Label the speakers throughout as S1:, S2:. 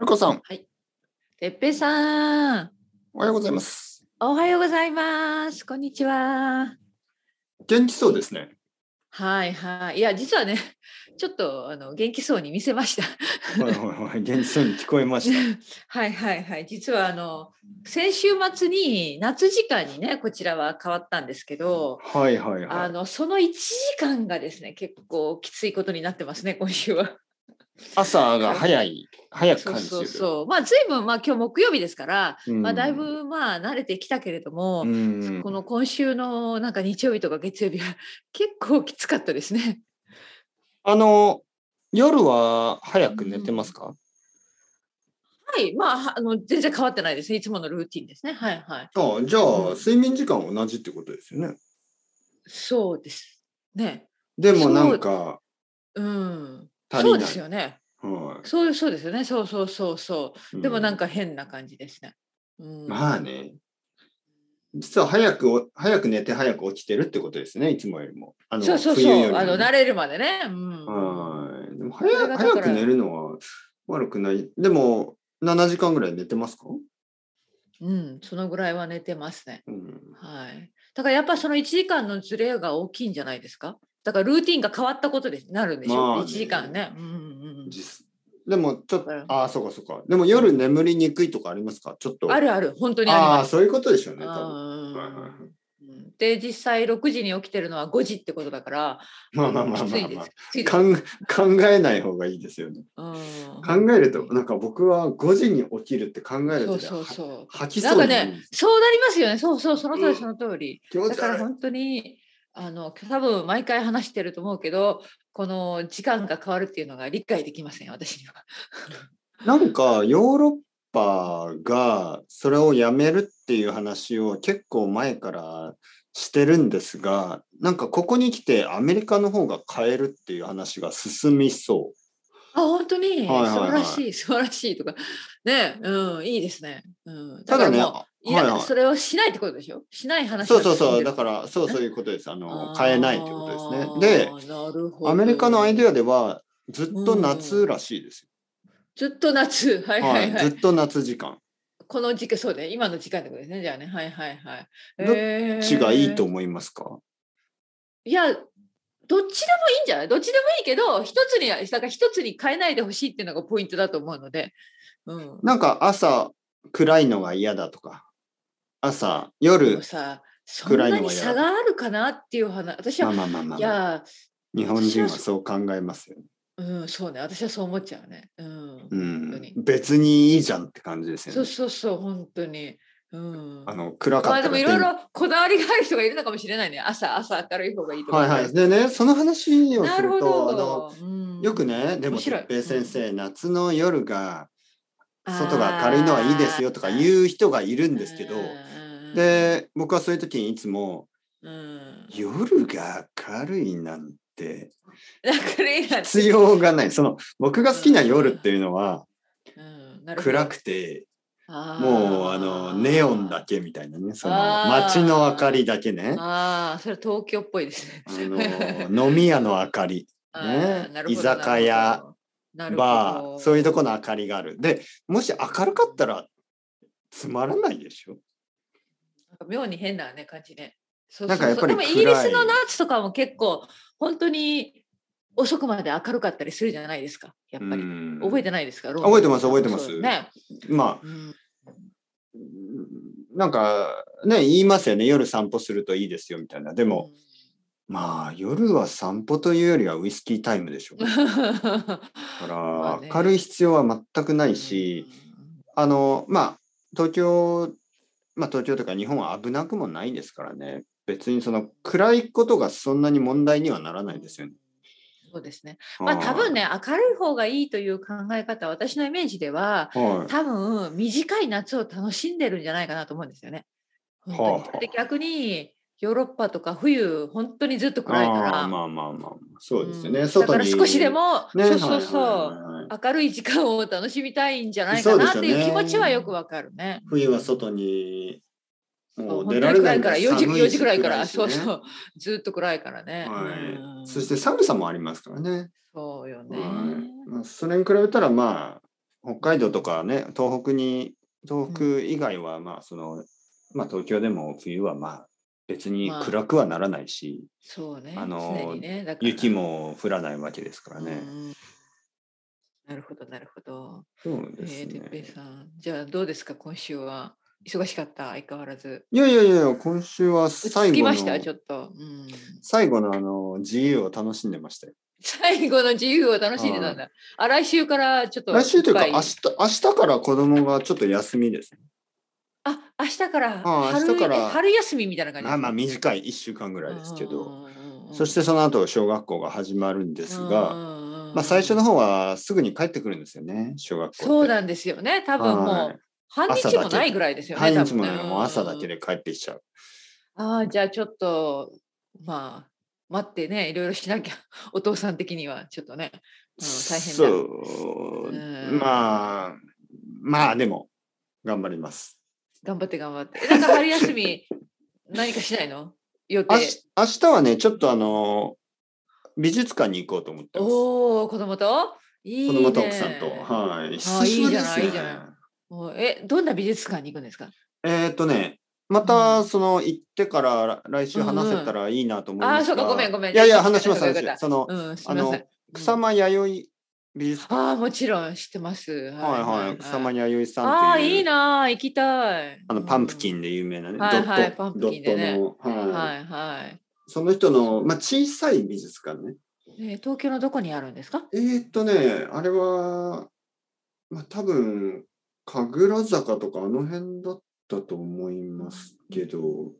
S1: ゆこさん、
S2: てっぺさん、
S1: おはようございます。
S2: おはようございます。こんにちは。
S1: 元気そうですね。
S2: はいはい。いや、実はね、 ちょっとあの元気そうに見せました。
S1: はいはいはい、元気そうに聞こえました。
S2: はいはいはい。実はあの先週末に夏時間にね、こちらは変わったんですけど、
S1: はいはいは
S2: あ
S1: い。
S2: のその1時間がですね、結構きついことになってますね、今週 は。
S1: 朝が早い、早く
S2: そ
S1: 感
S2: う
S1: じる。
S2: そうそう。まあ、随分、まあ今日木曜日ですから、
S1: うん
S2: まあだい、ぶまあ慣れてきたけれども、
S1: うん
S2: この今週のなんか日曜日とか月曜日は結構きつかったですね。
S1: あの、夜は早く寝てますか、
S2: はい、まあはあの全然変わってないですね。いつものルーティンですね。はいはい。
S1: あじゃ
S2: うん
S1: 睡眠時間同じってことですよね。
S2: そうです。ね。
S1: でも
S2: そう
S1: なんか
S2: うん。
S1: 足
S2: そう
S1: り
S2: で
S1: ない。
S2: すよね。
S1: は
S2: そうそうですよね。そうそうそうそう。
S1: い
S2: でもなん
S1: か、
S2: か変な感じですね。うん、
S1: まあね。実は早くお、早く寝て早く起きてるってことですね、いつもよりも。あの
S2: そうそう
S1: 冬よ
S2: そ
S1: り
S2: う。
S1: も
S2: あの慣れるまでね。うん。
S1: はい。でも
S2: れが
S1: 早
S2: だから
S1: 早く寝るのは悪くない。でも、7時間ぐらい寝てますか、
S2: うん。そのぐらいは寝てますね。
S1: うん、
S2: はい。だからやっぱその1時間のズレが大きいんじゃないですか。だからルーティンが変わったことになるんでしょう。
S1: まあね
S2: 1時間ね。うんうん
S1: 実でも、ちょっと
S2: だ、から
S1: ああ、そうかそうか。でも夜眠りにくいとかありますかちょっ
S2: う
S1: と。
S2: ん。あるある、本当にあり
S1: ああ
S2: ま
S1: ー、
S2: す。
S1: そういうことでしょうね、多分。
S2: うん
S1: はいはいはい
S2: うんで、実際6時に起きてるのは5時ってことだから、
S1: まあまあまあ
S2: き
S1: ま
S2: つ
S1: あ、
S2: いで
S1: ますあ
S2: きついです
S1: かん。考えない方がいいですよね。
S2: うん
S1: 考えると、なんか僕は5時に起きるって考える
S2: そ
S1: と
S2: う
S1: ね、
S2: そうそう。
S1: は吐き
S2: な
S1: そう
S2: んか
S1: になるん
S2: ね
S1: です、
S2: そうなりますよね。そうそう、その通
S1: うん
S2: り、その通り。
S1: 気持
S2: だ
S1: ち
S2: から
S1: 悪い。
S2: 本当に、あの、多分毎回話してると思うけど、この時間が変わるっていうのが理解できません、私には。
S1: なんかヨーロッパがそれをやめるっていう話を結構前からしてるんですが、なんかここに来てアメリカの方が変えるっていう話が進みそ
S2: あ、本当
S1: は
S2: に、
S1: いはいはい
S2: 素晴らしい、素晴らしいとか。ね、うん、いいですね。うん、
S1: う。ただね、
S2: からもう
S1: はい
S2: や、
S1: い
S2: それをしないってことでしょしない
S1: はい、
S2: 話
S1: そうそうそう、だかららそうそういうことです。あの変えないということですね。で、
S2: で
S1: アメリカのアイデ
S2: ア。
S1: アではずっと夏らしいです
S2: ずっと夏、はい
S1: よ。
S2: は
S1: はいい、
S2: は
S1: ず
S2: い。
S1: っと夏時間。
S2: この時間、そうだね、今の時間ってことですね、じゃあね、はいはいはい。
S1: どっ
S2: っ
S1: ちがいいと思いますか
S2: いや、どっちでもいいんじゃないどっちでもいいけど、一つに、だから一つに変えないでほしいっていうのがポイントだと思うので。うん。
S1: なんか朝暗いのが嫌だとか、朝、
S2: で
S1: 夜
S2: も、さ、そん
S1: 暗い
S2: な
S1: の
S2: に
S1: は嫌だ
S2: 差があるかなっていう話、私
S1: ま
S2: は、
S1: あまあまあまあ
S2: いや、
S1: 日本人はそう考えますよね。
S2: うん、そうね、私はそう思っちゃうね。うん。
S1: う
S2: 本当
S1: ん
S2: に、
S1: 別にいいじゃんって感じですよね。
S2: そうそうそう、本当に。うん。
S1: あの暗か
S2: ま
S1: ったら
S2: あでもいろいろこだわりがある人がいるのかもしれないね。朝、朝明るい方がいいと
S1: 手
S2: か。
S1: にはいはい。でね、その話を
S2: な
S1: す
S2: る
S1: る
S2: ほ
S1: と、あの
S2: ど。うん
S1: よくね、でも、
S2: 面白い
S1: 哲平先生、夏の夜が、
S2: うん
S1: 外が明るいのはいいですよとか
S2: う
S1: 言う人がいるんですけど、
S2: ん、
S1: で、僕はそういう時にいつも、
S2: うん、
S1: 夜が明るいなんて
S2: 明るいなんて
S1: 必要がない。その、僕が好きな夜っていうのは、
S2: うんなるほど
S1: 暗くて、
S2: あー
S1: もう、あの、ネオンだけみたいなね、その、
S2: あー
S1: 街の明かりだけね。
S2: ああ、それ東京っぽいですね。
S1: あの飲み屋の明かり、
S2: あーなるほど
S1: 居酒屋、
S2: なるほど
S1: バー、そういうとこ
S2: な
S1: の明かりがある。で、もし明るかったらつまらないでしょ。
S2: るほど。なんか妙に変なね、感じね。そう
S1: なんかやっぱり
S2: そうそうでもイ
S1: 暗い
S2: ギリスの夏とかも結構、本当に遅くまで明るかったりするじゃないですか。やっぱり。覚
S1: て
S2: えてないですか
S1: 覚えてます覚えてます
S2: ね。
S1: まあ、
S2: うん
S1: なんかね、言いますよね。夜散歩するといいですよみたいな。で も、まあ、夜は散歩というよりはウイスキータイムでしょ。
S2: う
S1: だ
S2: ん ま
S1: か
S2: あね
S1: ら、明るい必要は全くないし、あの、まあ、東京、まあ、東京とか日本は危なくもないですからね。別にその暗いことがそんなに問題にはならないですよね。。
S2: そうですね。まあ多分ね、明るい方がいいという考え方、私のイメージでは、
S1: はい。はい。
S2: 多分短い夏を楽しんでるんじゃないかなと思うんですよね。本当に
S1: はあはあ
S2: で逆にヨーロッパとか冬、本当にずっと暗いか
S1: あー
S2: ら、
S1: まあまあまあ、そうですよね。
S2: うんだ
S1: 外
S2: から
S1: に
S2: 少しでも、
S1: ね、
S2: そうそうそう、
S1: はいはいはいはい
S2: 明るい時間を楽しみたいんじゃないかなって
S1: そうです
S2: いう
S1: よ
S2: 気
S1: ね
S2: 持ちはよくわかるね。
S1: 冬は外にも
S2: そうう
S1: 出られない
S2: 本当に暗いから4時 ,4 時くらいから、そう
S1: う。
S2: そう、ずっと暗いからね。
S1: は
S2: うん
S1: い。そして寒さもありますからね。
S2: そうよね。
S1: はいまあ、それに比べたらまあ北海道とかね、東北に、東北以外は、まあ、その、まあ、東京でも冬は、まあ、別に
S2: まあ
S1: 暗くはならないし、
S2: そうね。
S1: あの
S2: 常にねだから
S1: 雪も降らないわけですから
S2: う
S1: ね。
S2: んなるほど、なるほど。
S1: そう
S2: え
S1: です
S2: ー、てっぺ
S1: ね
S2: い。さん、じゃあどうですか、今週は。忙しかった、相変わらず。
S1: いやいやいや、今週は
S2: 落
S1: 最
S2: ち着き
S1: 後
S2: ました、ちょ
S1: の、
S2: っと。うん、
S1: 最後のあの、自由を楽しんでましたよ。
S2: 最後の自由を楽しんでたんだ。あ、来週からちょっと。
S1: 来週というか、
S2: いっ
S1: 明
S2: ぱ
S1: 日、明日から子供がちょっと休みですね。
S2: あ、明日から
S1: あ
S2: 春
S1: 明日から
S2: え春休みみたいな感じ。
S1: まあまあ短い1週間ぐらいですけ
S2: う
S1: ど、
S2: んうんうんうん
S1: そしてその後小学校が始まるんです
S2: う
S1: が、
S2: んうんうん
S1: まあ最初の方はすぐに帰ってくるんですよね、小学校って。
S2: そうなんですよね、多分も
S1: は
S2: う半日もないぐらいです
S1: い
S2: よね。
S1: 半
S2: 多
S1: 日
S2: 分
S1: も
S2: ね
S1: ないもう朝だけで帰ってきちゃう。
S2: ああ、じゃあちょっと、まあ、待ってね、いろいろしなきゃ、 お父さん的には、ちょっとね、うん、大変だ。
S1: そう、
S2: うん
S1: まあ、まあでも、頑張ります。
S2: 頑張って頑 張って。えなんか春休み、何かしないの予定
S1: 明。日明日はね、ちょっとあの、美術館に行こうと思ってます。子
S2: おお、子供といい、ね、
S1: 供と奥さんと。はい。久しぶりです
S2: い
S1: ね
S2: いじゃないいいじゃなもうえ、どんな美術館に行くんですか
S1: えっ、とね、ま
S2: う
S1: た
S2: ん
S1: その行ってから来週話せたらいいなと思いますが、
S2: うんうんあーそうかごめんごめん
S1: いやいや
S2: ちょっと
S1: 話します
S2: よかった
S1: 話しますその
S2: うん、す
S1: あ
S2: みませ
S1: の
S2: ん。
S1: 草間弥生美術館、
S2: ああ、もちろん知ってます。
S1: はいはい草間弥生さんっていう
S2: ああ、いいなー、行きたい。
S1: あのパンプキ
S2: ン。
S1: ンで有名なね、
S2: はいはい
S1: ドット
S2: パンプキンでね
S1: ドットの、はい
S2: はいはい。
S1: その人のまあ小さい美術館ね。
S2: えー東京のどこにあるんですか
S1: えーっとねあれはまあ多分神楽坂とかあの辺だったと思いますけど、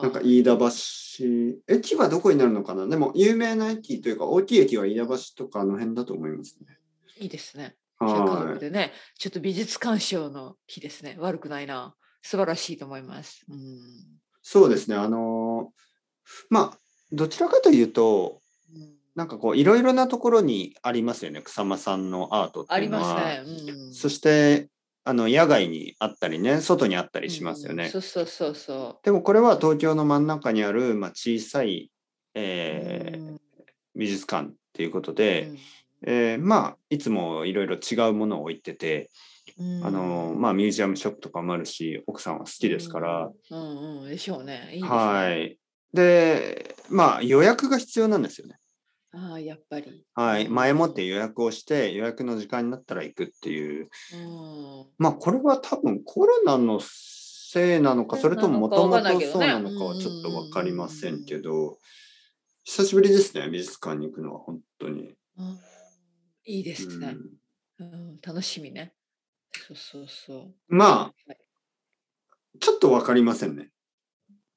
S1: なんか飯田橋、駅はどこになるのかなでも有名な駅というか大きい駅は飯田橋とかあの辺だと思いますね。
S2: いいですね。じゃあ家族
S1: はい。
S2: でね、ちょっと美術鑑賞の日ですね。悪くないな。素晴らしいと思います。うん。
S1: そうですね。あのーまあ、どちらかというと、なんかこう、いろいろなところにありますよね。草間さんのアートって
S2: あ
S1: い
S2: り
S1: うのは。
S2: ますね。うん、
S1: そして、あの、野外にあったりね、外にあったりしますよね。
S2: うんそうそうそうそ
S1: でもこれは東京の真ん中にある、まあ、小さい、
S2: う。
S1: えー
S2: うん
S1: 美術館っていうことで、
S2: う
S1: えーまあいつもいろいろ違うものを置いてて、
S2: ん
S1: あのーまあ、ミュージアムショップとかもあるし奥さんは好きですから、。
S2: うんうんうん、でしょうね。いいですね
S1: はいでまあ予約が必要なんですよね、
S2: ああ、やっぱり。
S1: はい、前もって予約をして予約の時間になったら行くっていう
S2: うん。
S1: まあこれは多分コロナのせいなのかそれとももとも
S2: コロナの
S1: と
S2: か
S1: そう
S2: わか
S1: なん
S2: ない
S1: の
S2: けどね
S1: かはちょっと分かりませんけど久しぶりですね美術館に行くのは本当に。
S2: うんいいです
S1: う
S2: ね。
S1: ん
S2: うん、楽しみね。そうそうそう。
S1: ま
S2: は
S1: あ
S2: い、
S1: ちょっとわかりませんね。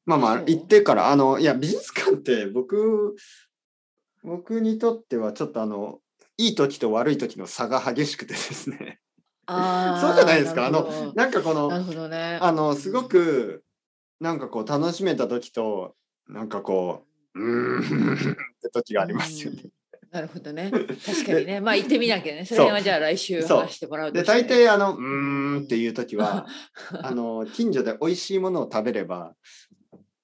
S1: まあまあ
S2: そう、
S1: 行ってから、あの、いや、美術館って僕、僕にとってはちょっとあの、いい時と悪い時の差が激しくてですね。
S2: あー
S1: そうじゃないですか。あ
S2: るほ
S1: の
S2: ど、
S1: なんかこ
S2: な
S1: の、
S2: るほどね。
S1: あの、すごく、なんかこう、楽しめた時と、なんかこう、うーんって時がありますよね。
S2: うん。なるほどね。確かにね。まあ行ってみなきゃね。そ
S1: そう
S2: れはじゃあ来週
S1: そう
S2: 話してもらうと
S1: で、
S2: してね
S1: 大抵、あの、うーんっていう時 は、あの、近所で美味しいものを食べれば、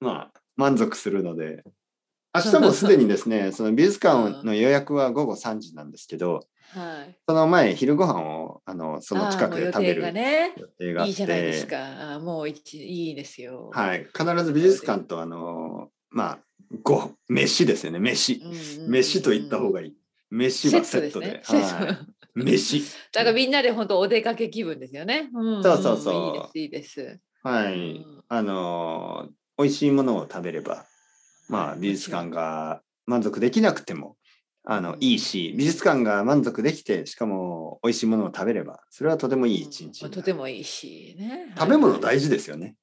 S1: まあ、満足するので、明日もすでにです ね、その美術館の予約は午後3時なんですけど、
S2: はい。
S1: その前、昼ご飯を、あの、その近くで食べる
S2: あーもう予定がね。
S1: 予定があ
S2: い
S1: っ
S2: いじゃないです
S1: て、
S2: か。あーもう一いいですよ。
S1: はい、必ず美術館と、あの、まあ、ご、飯ですよね、飯。
S2: うんうんうん。
S1: 飯と言った方がいい。飯
S2: セ
S1: は
S2: ット
S1: セ
S2: で
S1: ッ
S2: す
S1: ト
S2: ね
S1: で。。
S2: セット
S1: はい飯。
S2: だからみんなで本当お出かけ気分ですよね。うんん
S1: そうそうそう
S2: いいですいいです。
S1: は
S2: う
S1: い
S2: ん。
S1: あのー美味しいものを食べれば、まあ、美術館が満足できなくても、あ
S2: う
S1: の
S2: ん、
S1: いいし、美術館が満足できて、しかも美味しいものを食べれば、それはとてもいい一日
S2: ま
S1: にな
S2: あと
S1: る。
S2: てもいいしね。
S1: 食べ物
S2: はい
S1: 大事ですよね。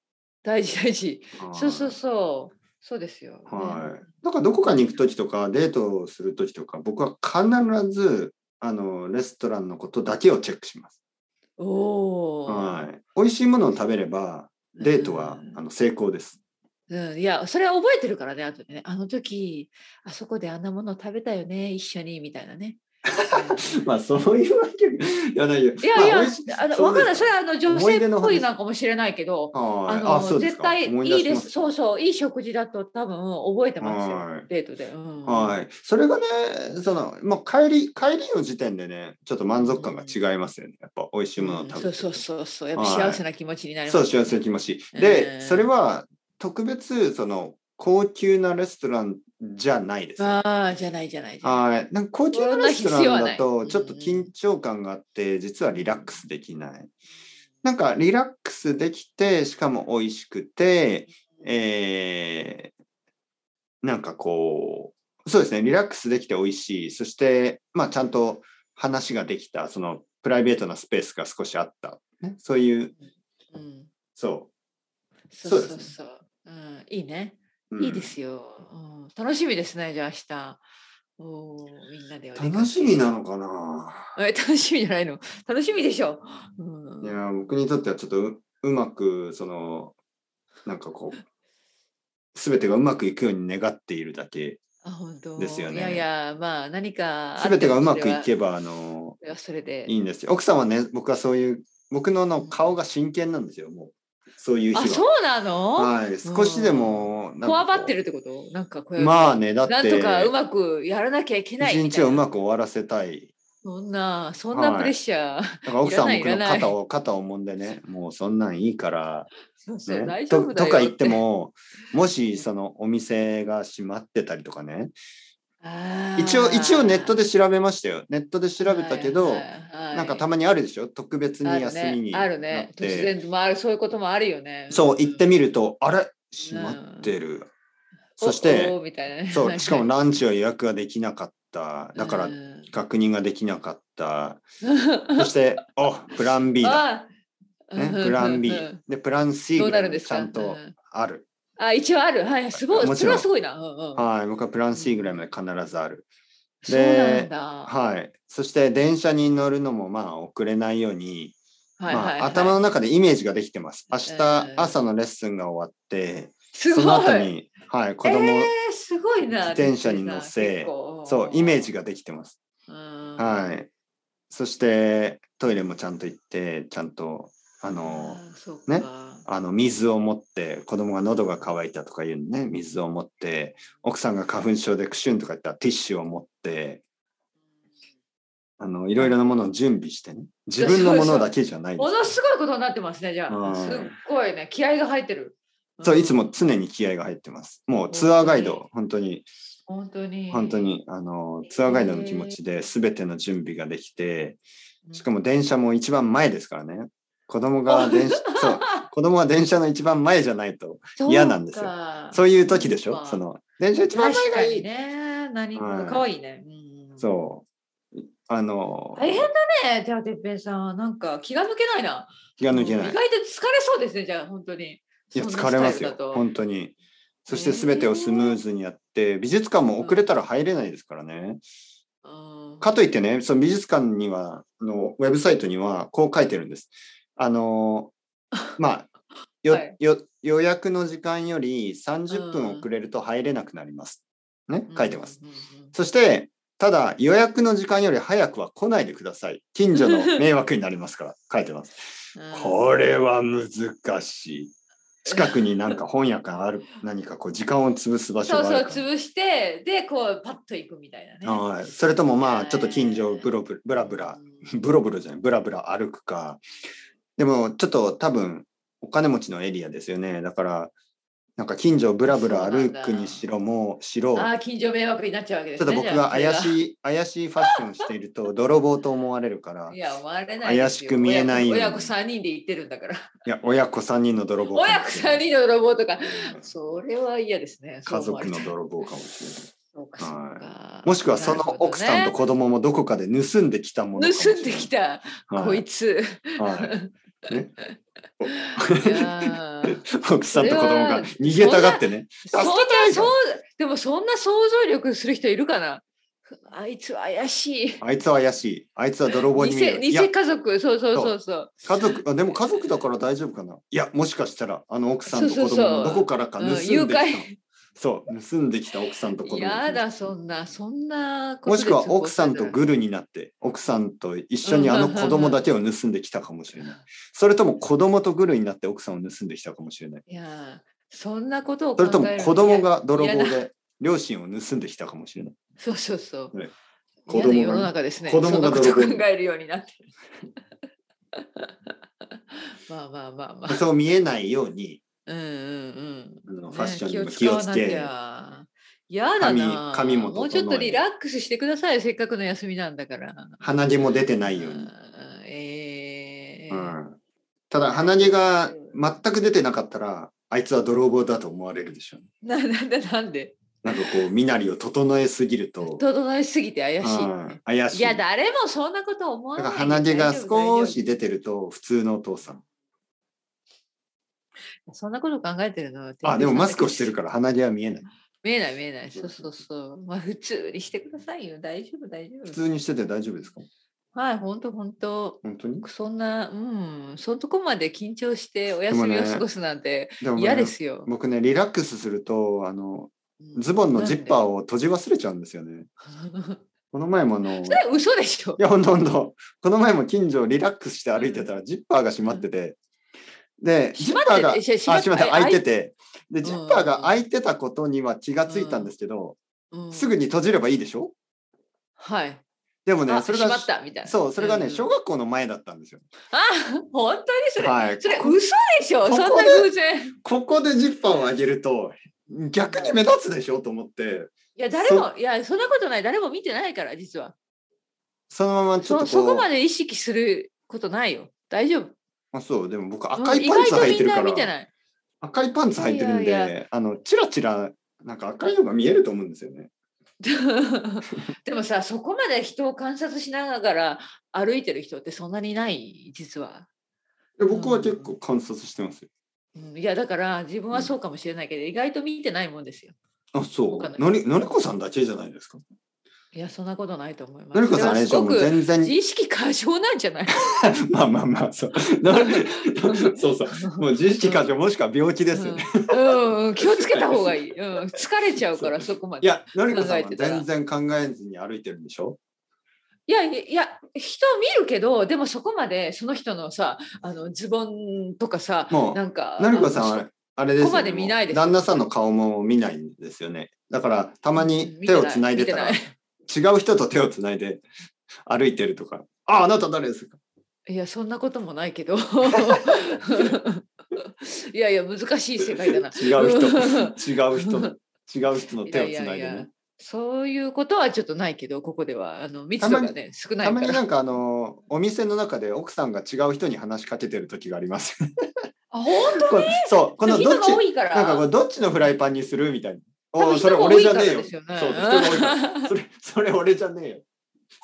S2: 大事大事。そうそ
S1: そ
S2: うそう。そうですよ。
S1: はい。なんかどこかに行くときとか、デートをするときとか、僕は必ず、あの、レストランのことだけをチェックします。
S2: おお。
S1: はい。美味しいものを食べれば、デートは、
S2: うん
S1: あの成功です。
S2: うん、いや、それは 覚えてるからね、あとね、あの時、あそこであんなもの食べたよね、一緒に、みたいなね。
S1: まあそういうわけいやないよ。
S2: いやいや、
S1: まあ美味し
S2: あの
S1: そう
S2: 分かん
S1: で
S2: ない、
S1: す
S2: それはあの女
S1: 思い出
S2: 性
S1: の
S2: っ
S1: 話
S2: ぽいなんかもしれないけど、
S1: はい
S2: あ
S1: あそ
S2: の
S1: うです
S2: 絶
S1: か
S2: 対
S1: 思
S2: いい
S1: 出し
S2: で、
S1: ます
S2: そうそう、いい食事だと多分覚えてます
S1: は
S2: よ
S1: い、
S2: デートで。うん
S1: はい、それがね、その、まあ、帰り、帰りの時点でね、ちょっと満足感が違いますよね。やっぱ美味しいものを食べて、
S2: うんそうそうそうそう、やっぱ
S1: はい
S2: 幸せな気持ちになりま
S1: そ
S2: す、
S1: う幸せな気持ちいい。で、
S2: えー
S1: それは特別、その高級なレストランじゃないです。は
S2: ああ、じゃないじゃないじゃない。
S1: い、なんか高級なレストランだと、
S2: そんな必要はない
S1: ちょっと緊張感があって、実はリラックスできない。なんかリラックスできて、しかも美味しくて、えーなんかこう、そうですね、リラックスできて美味しい、そして、まあ、ちゃんと話ができた、そのプライベートなスペースが少しあった、ね、そういう、
S2: うん、
S1: そ
S2: そ
S1: そ
S2: うそうう
S1: です
S2: そう。うん、いいね。
S1: う。うん
S2: いいですよ、うん楽しみですね、じゃあ明日。おーみんなでお出かけ
S1: 楽しみなのかな
S2: え楽しみじゃないの楽しみでしょ、うん
S1: いやー僕にとってはちょっとううまくそのなんかこう全てがうまくいくように願っているだけ
S2: あ本当
S1: ですよね
S2: いやいや、まあ何かあっても
S1: 全てがうまくいけ
S2: ば。
S1: ばあの
S2: それはそれで。
S1: いいんですよ奥さんはね僕はそういう僕のあの顔が真剣なんですよもうそういう
S2: あ、
S1: 日
S2: そ
S1: は。
S2: うなの
S1: はい、少しでもなんかこう
S2: こわばってるってことなんかこう
S1: まあねだって
S2: なんとかうまくやらなきゃいけない
S1: 一
S2: みた
S1: 日
S2: い
S1: をう
S2: な。
S1: まく終わらせたい
S2: そんな、そんなプレッシャー。
S1: だから奥さんは僕の
S2: いらないいらな
S1: 肩
S2: い
S1: を肩を揉んでねもうそんなんいいから
S2: そうそう
S1: ね、
S2: 大丈
S1: と
S2: 夫だ
S1: と
S2: よ
S1: か言って。 ももしそのお店が閉まってたりとかね
S2: あー
S1: 一応一応ネットで調べましたよネットで調べたけど、
S2: はいはいはい
S1: なんかたまにあるでしょ特別に休みに
S2: ある
S1: なっ。
S2: ねあるね突
S1: て
S2: 然、まあある、そういうこともあるよね。
S1: そう行ってみる
S2: と。
S1: とあれ閉まってる、
S2: お
S1: そして
S2: おー みたいなね
S1: そうしかもランチは予約ができなかっただから
S2: うん
S1: 確認ができなかった、 そしてあプラン B だ、
S2: あー
S1: ね、
S2: うん
S1: プラン B
S2: うん
S1: でプラン C
S2: どう
S1: が
S2: なるんです
S1: ち
S2: か
S1: ゃんと
S2: うん
S1: ある、
S2: あ一応あるはいすご
S1: も
S2: い
S1: ち
S2: それ
S1: ろん
S2: はすごいな、うんうん、
S1: はい僕はプラン C ぐらいまで必ずある
S2: そうなんだ、は
S1: はいそして電車に乗るのもまあ遅れないように
S2: いはいはい
S1: まあ、頭の中でイメージができてます。明日
S2: うん
S1: 朝のレッスンが終わって、
S2: す
S1: そ
S2: ごい
S1: の後に、はい、子供、
S2: えー、すごいな
S1: 自転車に乗せそう、イメージができてます。
S2: が、
S1: はいい。そして、トイレもちゃんと行って、ちゃんと、あの、
S2: そう
S1: ね
S2: ね
S1: あの水を持って子供が喉が渇いたとか言うのね水を持って奥さんが花粉症でクシュンとか言ったらティッシュを持ってあのいろいろなものを準備してね自分のものだけじゃないんです
S2: ものすごいことになってますねじゃあ、
S1: はい
S2: すっごいね気合が入ってる
S1: そう、
S2: ん
S1: いつも常に気合が入ってます。もうツアーガイド、本当に、
S2: 本当に
S1: 本当に、あの、ツアーガイドの気持ちで全ての準備ができて、しか
S2: も
S1: も電車も一番前ですからね。子供が電車、そう、子供は電車の一番前じゃないと、嫌なんですよそういう時でし
S2: そう
S1: ょ
S2: か
S1: その、電車一番前
S2: 確
S1: が
S2: か
S1: い
S2: に
S1: い。
S2: ね何
S1: はい
S2: か可愛いね、うん
S1: そう。あの、
S2: 大変だね、じゃあ、てっぺんさん、なんか気が抜けないな。
S1: 気が抜けな
S2: うん
S1: い
S2: 意。外と疲れそうですね、じゃあ、本当に。
S1: いや、
S2: そんな
S1: 疲れます
S2: ス
S1: よ
S2: タイルだ、と
S1: 本当に。そして全てをスムーズにやって、美術館も遅れたら入れないですからね。
S2: うん
S1: かといってね、その美術館には、のウェブサイトにはこう書いてるんです。あの、 まあ、よ
S2: はい
S1: よ予約の時間より30
S2: う
S1: 分
S2: ん
S1: 遅れると入れなくなります。ね、書いてます。。
S2: うんうんうん
S1: そして、ただ予約の時間より早くは来ないでください。近所の迷惑になります から、書いてます。これは難しい。近くになんか本屋があ る、何かこう時間を潰す場所
S2: そう
S1: があ
S2: そ
S1: る
S2: う、
S1: から。
S2: 潰して、で、こう、パッと行くみたいなね。
S1: はい、それともまあちょっと近所をブロブブラブラ
S2: うん
S1: ブロブロじゃない、ブラブラ歩くか。でも、ちょっと多分、お金持ちのエリアですよね。だから、なんか近所をブラブラ歩くにしろも、しろ、
S2: あ
S1: ち
S2: あ、近所迷惑になっちゃうわけで
S1: ょ
S2: す
S1: っと
S2: ね。
S1: 僕が怪
S2: い。
S1: しい、怪しいファッションしていると、泥棒と思われるから、
S2: い
S1: い
S2: や、思われないですよ。
S1: 怪しく見えないように
S2: 親子親子三人で行ってるんだから。
S1: や、親子3人の泥棒かもしれ
S2: 親
S1: ない
S2: 子三人の泥棒とか。それは嫌ですね。
S1: 家族の
S2: 棒。
S1: 泥棒かもしれない。
S2: そうかそうか
S1: もしくはその奥さんと子供もどこかで盗んできたものかもし
S2: 盗
S1: れなんい
S2: できた、
S1: はい
S2: こ いつ。
S1: はいね
S2: いやー
S1: 奥さんと子供が逃げたがってね。
S2: そんな
S1: 助けたいじゃ
S2: そ
S1: ん
S2: うでもそんな想像力する人いるかなあいつは怪しい。
S1: あいつは怪しい。あいつは泥棒に見え
S2: 偽
S1: る。いや
S2: 偽家族そうそうそうそう。
S1: 家族あでも家族だから大丈夫かないやもしかしたらあの奥さんと
S2: そう
S1: 子
S2: そうそう
S1: 供のどこからか盗んできた
S2: うん誘拐
S1: そう、盗んできた奥さんと子供。
S2: やだ、そんな、そんなこと
S1: も
S2: で
S1: しくは
S2: 通報
S1: 奥さんと
S2: されたら
S1: グルになって、奥さんと一緒にあの子供だけを盗んできたかもしれない。それとも子供とグルになって奥さんを盗んできたかもしれない。
S2: いや、そんなことを
S1: それとも
S2: 考える
S1: 子供が泥
S2: 嫌
S1: 棒
S2: だ
S1: で両親を盗んできたかもしれない。
S2: そうそうそう。
S1: ね子
S2: 子
S1: 供
S2: 供
S1: が
S2: 世の中ですね。
S1: 子供
S2: そんな
S1: が
S2: ことを
S1: 泥
S2: 考
S1: 棒に
S2: えるようになってる。 まあまあまあまあ。
S1: そう見えないように、
S2: うんうん
S1: あの
S2: うん。
S1: ファッションにも
S2: ね
S1: 気をつけ、
S2: 使わなきゃやだな
S1: 髪髪も整え
S2: もうちょっとリラックスしてください。せっかくの休みなんだから。
S1: 鼻毛も出てないよう
S2: う
S1: に
S2: ん。えー
S1: うんただ鼻毛が全く出てなかったら、あいつは泥棒だと思われるでしょうね。
S2: ななんでなんで
S1: なんかこう、身なりを整えすぎると、
S2: 整えすぎて怪しい。
S1: うん怪しい。
S2: いや誰もそんなこと思わ
S1: だ
S2: な
S1: か
S2: い
S1: ら。鼻毛が
S2: 大丈
S1: 少。
S2: 夫
S1: し出てると普通のお父さん。
S2: 大丈夫そんなこと考えてるのは
S1: あ、でもマスクをしてるから鼻毛は見えない。
S2: 見えない見えない。そうそうそう。まあ普通にしてくださいよ。大丈夫大丈
S1: 普
S2: 夫。
S1: 通にしてて大丈夫ですか
S2: はい、本当本当。
S1: 本当に
S2: そんな、うん、そんとこまで緊張してお休みを過ごすなんて
S1: でもね
S2: 嫌ですよ。
S1: 僕ね、リラックスすると、あの、
S2: うん
S1: ズボンのジッ パーを閉じ忘れちゃうんですよね。
S2: なんで
S1: この前もあの、い
S2: それ嘘でしょ。
S1: や、ほんとほんと、この前も近所をリラックスして歩いてたらジッパーが閉まってて、で、ジッ
S2: 閉まって
S1: パ
S2: て
S1: ーが、あ、
S2: し
S1: 閉まって
S2: 閉まって
S1: 開いてて、で、
S2: ん
S1: ジッパーが開いてたことには気がついたんですけど、
S2: うん
S1: すぐに閉じればいいでしょ
S2: はい。
S1: でもね、
S2: あ
S1: それ
S2: 閉ま
S1: が
S2: っ、たみたいな。
S1: そう、それがね、
S2: うん
S1: 小学校の前だったんですよ。
S2: あ、 本当にそれ。
S1: はい。
S2: それ嘘でし
S1: こ
S2: ょ。
S1: こ
S2: そ
S1: で
S2: んな偶然。い
S1: ここでジッパーを上げると逆に目立つでしょと思って
S2: や、誰も、いや、そんなことない。誰も見てないから、実は。
S1: そのままちょっ
S2: そ
S1: と
S2: そこ
S1: こう
S2: まで意識することないよ。大丈夫。
S1: あそうでも僕
S2: うん
S1: 赤いパンツ履いてるか
S2: 意外とみんな見て
S1: ら
S2: ない。
S1: 赤いパンツ履いてるん
S2: いやい
S1: であのチラチラなんか赤いのが見えると思うんですよね。
S2: でもさそこまで人を観察しながら歩いてる人ってそんなにない実は、
S1: で僕は結構観察してますよ。
S2: うん、いやだから自分はそうかもしれないけど、意外と見てないもんですよ
S1: あそ
S2: 他の
S1: うのりのりこさんだけじゃないですか。
S2: いやそんなことないと思います
S1: のりこさんあれでしょ
S2: それ
S1: も
S2: は
S1: う
S2: すごく
S1: 全然
S2: 自意識過剰なんじゃない
S1: まあまあまあ そうのそうそうもう自意識過剰もしくは病気 ですよね。
S2: うん、うんうん気をつけた方がいい、うん、疲れちゃうからそこま
S1: い
S2: で
S1: やのりこさん
S2: 考
S1: は
S2: えてたら
S1: 全然考えずに歩いてるんでしょ
S2: いやいやいや人を見るけどでもそこまでその人のさあのズボンとかさ
S1: もう
S2: なんか
S1: なるこさん
S2: あの
S1: はあれですよ、ね、
S2: ここまで見ないです
S1: 旦那さんの顔も見ないんですよね。だからたまに手をつないでたら
S2: 見てな
S1: 違
S2: いう
S1: 人と手をつないで歩いてるとか。あ、あなた誰ですか
S2: いやそんなこともないけど いやいや難しい世界 だな。
S1: 違 う人、
S2: うん
S1: 違う人、違う人の
S2: い
S1: 手
S2: や
S1: を
S2: い
S1: つ
S2: や
S1: ない
S2: い
S1: でね。
S2: やそういうことはちょっとないけどここではあの密
S1: た
S2: 度
S1: ま
S2: が
S1: に
S2: ね少ない
S1: た
S2: か
S1: まにな
S2: ら。
S1: んかあのお店の中で奥さんが違う人に話しかけてる時があります。
S2: あ本
S1: こうそう、こ
S2: 当
S1: の
S2: に
S1: ど
S2: 人
S1: っ
S2: が
S1: ち
S2: 多いから。
S1: なんかこれどっちのフライパンにするみたいな。お
S2: 多分
S1: ーそれ
S2: 人が
S1: 俺
S2: 多い
S1: じゃね
S2: から
S1: えよ。
S2: で
S1: そう
S2: すよね
S1: 人が多いからそれそれ俺じゃねえよ。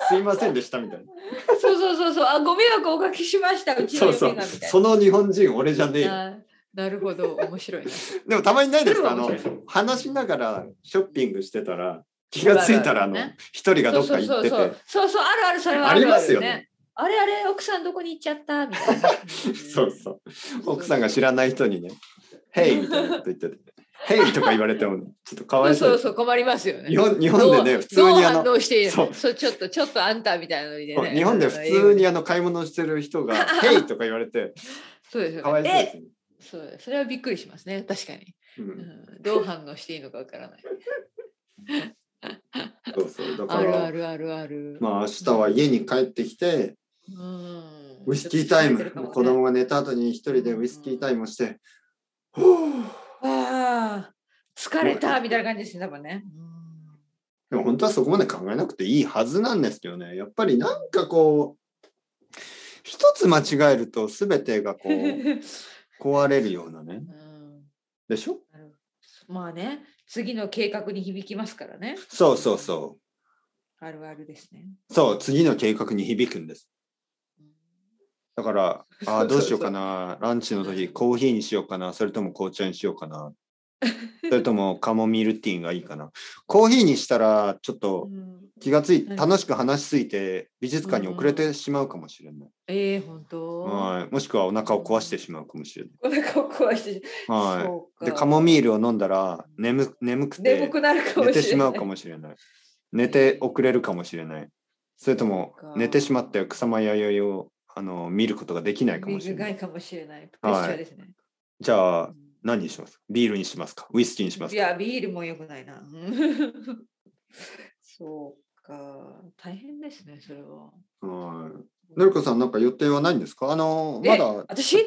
S1: すいませんでしたみたいな。
S2: そうそうそうそうあご迷惑をおかけしましたうち
S1: そう
S2: の
S1: そ
S2: 嫁
S1: う
S2: がみ。たい
S1: その日本人俺じゃねえよ。
S2: な。あなるほど面白いな。
S1: でもたまに ないですかあ
S2: そ
S1: の
S2: れは面白
S1: 話しながらショッピングしてたら気がついたらあの
S2: そうだね
S1: 一人が
S2: そ
S1: どっ
S2: うそ
S1: か
S2: う
S1: 行
S2: そ
S1: っ
S2: う
S1: て
S2: そ
S1: て
S2: う。そうそうあるあるそれは
S1: あ
S2: る
S1: り
S2: る
S1: ますよね。
S2: あれあれ奥さんどこに行っちゃったみたいな。
S1: そうそう。奥さんが知らない人にね、ヘイみたいなこと言っ てて、ヘイとか言われてもちょっとかわい
S2: そ
S1: そうう。
S2: そう困りますよね。
S1: 日本日本でね
S2: どう
S1: 普通にあの
S2: どう反応していいの
S1: そう
S2: そうちょっとちょっとあんたみたいなのにね。
S1: 日本で普通にあの買い物してる人がヘイとか言われて
S2: そうですよね。
S1: かわいそうで
S2: え
S1: すね。
S2: そうそれはびっくりしますね確かに、
S1: う、
S2: うんん。どう反応していいのかわからない。
S1: そうそうだか
S2: あるあ
S1: ら
S2: るあるある。
S1: まあ明日は家に帰ってきて
S2: うん
S1: ウイスキータイ
S2: ちょ
S1: ム
S2: っと疲れてるかもね
S1: 子供が寝た後に一人でウイスキータイムをして「ふう
S2: ああ疲れたみたいな感じですね多分ね。うん
S1: でも本当はそこまで考えなくていいはずなんですけどね。やっぱりなんかこう、一つ間違えると全てがこう 壊れるようなね。
S2: うん
S1: でしょ
S2: なるまあね次の計画に響きますからね。
S1: そうそうそ
S2: あるあるですね。
S1: う。そう、次の計画に響くんです。だから、あ
S2: そうそうそ
S1: あ、
S2: う
S1: どうしようかな。ランチの時、コーヒーにしようかな。それとも紅茶にしようかな。それともカモミールティーがいいかな。コーヒーにしたら、ちょっと
S2: うん
S1: 気がつい、
S2: うん
S1: 楽しく話しすぎて、美術館に遅れてしまうかもしれない。
S2: ええ本当。
S1: はい。もしくはお腹を壊してしまうかもしれない。
S2: お腹を壊して。
S1: は
S2: そう
S1: い。
S2: か
S1: で、カモミールを飲んだら、眠眠く
S2: 眠
S1: て、
S2: くなるかもしれな
S1: 寝
S2: い。
S1: てしまうかもしれない。寝て遅れるかもしれない。それとも
S2: そうか、
S1: 寝てしまって草間弥生をあの見ることができないかもしれな。
S2: ないいかもしれない。プレッシャーですね。
S1: じゃあ
S2: う、ん
S1: 何にしますビールにしますかウイスキーにします
S2: い
S1: か
S2: や、ビールも良くないな。 うんそうか。大変ですね、それは。
S1: はい。なるこさん、なんか予定はないんですかあの、
S2: で
S1: まだ
S2: 私い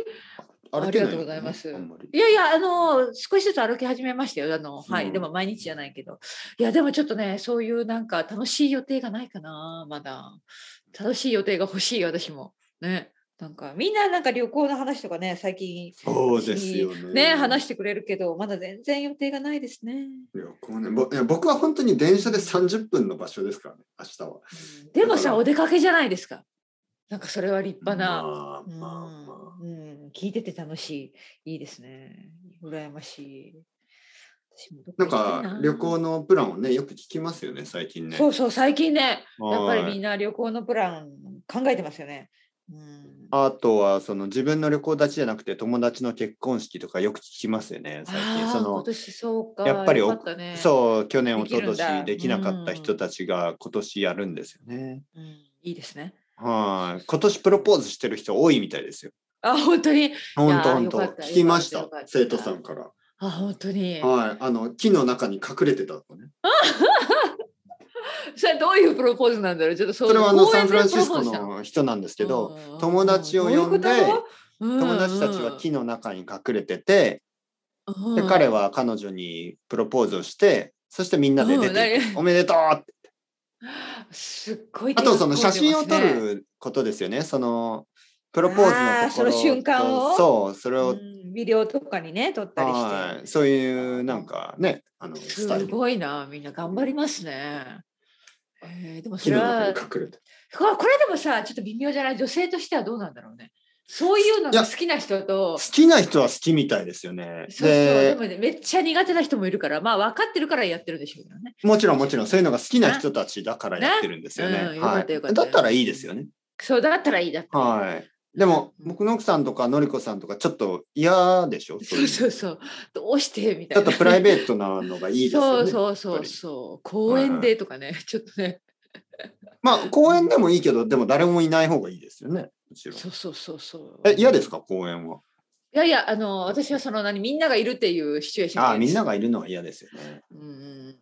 S1: 歩けない
S2: ありがとうございます
S1: あんまり
S2: やいや、あの、少しずつ歩き始めましたよ。あの、はい、
S1: うん
S2: でも毎日じゃないけど。いや、でもちょっとね、そういうなんか楽しい予定がないかな、まだ。楽しい予定が欲しい、私も。ね。なんか、みんななんか旅行の話とかね、最近、
S1: そうですよね。
S2: ね、話してくれるけど、まだ全然予定がないですね。
S1: 旅行ねぼいや僕は本当に電車で30分の場所ですからね、明日は。
S2: うんでも
S1: だか
S2: さ、
S1: ら
S2: お出かけじゃないですか。なんかそれは立派な。
S1: まあ
S2: うん
S1: まあまあ。
S2: うん、聞いてて楽しい。いいですね。羨ましい。私もど
S1: な
S2: っ
S1: ん
S2: 行きたい
S1: か旅行のプランをね、よく聞きますよね、最近ね。
S2: そうそう、最近ね、やっぱり
S1: はい
S2: みんな旅行のプラン考えてますよね。うん、あ
S1: あとはその自分の旅行立ちじゃなくて友達の結婚式とかよく聞きますよね、最近。
S2: ー
S1: そ
S2: 今
S1: の
S2: 年そうか。
S1: やっぱり
S2: よかったね、
S1: そう、去年、
S2: でき
S1: 一昨
S2: るんだ
S1: 年できなかった
S2: う
S1: 人
S2: ん
S1: たちが今年やるんですよね。
S2: うん。いいですね。
S1: はい。今年プロポーズしてる人多いみたいですよ。
S2: あ、本当に。
S1: 本当
S2: やー
S1: 本当
S2: よかった
S1: 聞きました
S2: よかったよか、った
S1: 生徒さんから。
S2: あ、本当に。
S1: はい。あの、木の中に隠れてたとね。
S2: それはどういうプロポーズなんだろう。ちょっとそ
S1: それはあの、サンフランシス
S2: 公
S1: コ
S2: 園でプロポーズした
S1: の人なんですけど、
S2: うん
S1: 友達を呼んで
S2: どういうことうん
S1: 友達たちは木の中に隠れてて、
S2: うん
S1: で、彼は彼女にプロポーズをして、そしてみんなで出て行く、
S2: うん
S1: おめでとうって
S2: すっごい手
S1: あ
S2: が
S1: とその
S2: 込んでま
S1: 写
S2: す
S1: 真を撮
S2: ね
S1: ることですよね。そのプロポーズの
S2: あー
S1: とこ
S2: そ
S1: ろ
S2: の
S1: と
S2: 瞬間を
S1: そう、それ
S2: う
S1: を、
S2: ん、ビデオとかにね撮ったりして、
S1: はい、そういうなんかね、あのスタイ
S2: す
S1: ル。
S2: ごいなみんな頑張りますね、えーでもそ
S1: 木
S2: れ
S1: の中
S2: は
S1: に隠れて。
S2: これこれでもさちょっと微妙じゃない女性としてはどうなんだろうねそういうの
S1: いや
S2: が好きな人
S1: 好
S2: と
S1: きな人は好きみたいですよね。
S2: そうそうで
S1: で
S2: も、ね、めっちゃ苦手な人もいるからまあ分かってるからやってるんでしょうけどね
S1: もちろんもちろんそういうのが好きな人たちだからやってるんですよね。
S2: なうんよか
S1: は
S2: ったよかっ
S1: い。
S2: た
S1: だったらいいですよね。
S2: そうだったらいいだって
S1: はい。でも、
S2: うん
S1: 僕の奥さんとかのりこさんとかちょっと嫌でしょそう
S2: そ
S1: いう
S2: う
S1: の
S2: そうそうどうしてみた
S1: ちょ
S2: い
S1: っ
S2: な
S1: とプライベートなのがいいです
S2: そ
S1: よ
S2: う
S1: ね。
S2: そうそうそう公園でとかね、ちょっとね
S1: まあ公園でもいいけど、でも誰もいない方がいいですよね。もちろん。
S2: そうそうそうそう
S1: え、嫌ですか公園は。
S2: いやいや、あの、私はその何、みんながいるっていうシチュエーション
S1: あ
S2: が
S1: あ、
S2: 嫌で
S1: みん
S2: す
S1: ながいるのは嫌ですよね。
S2: うんうん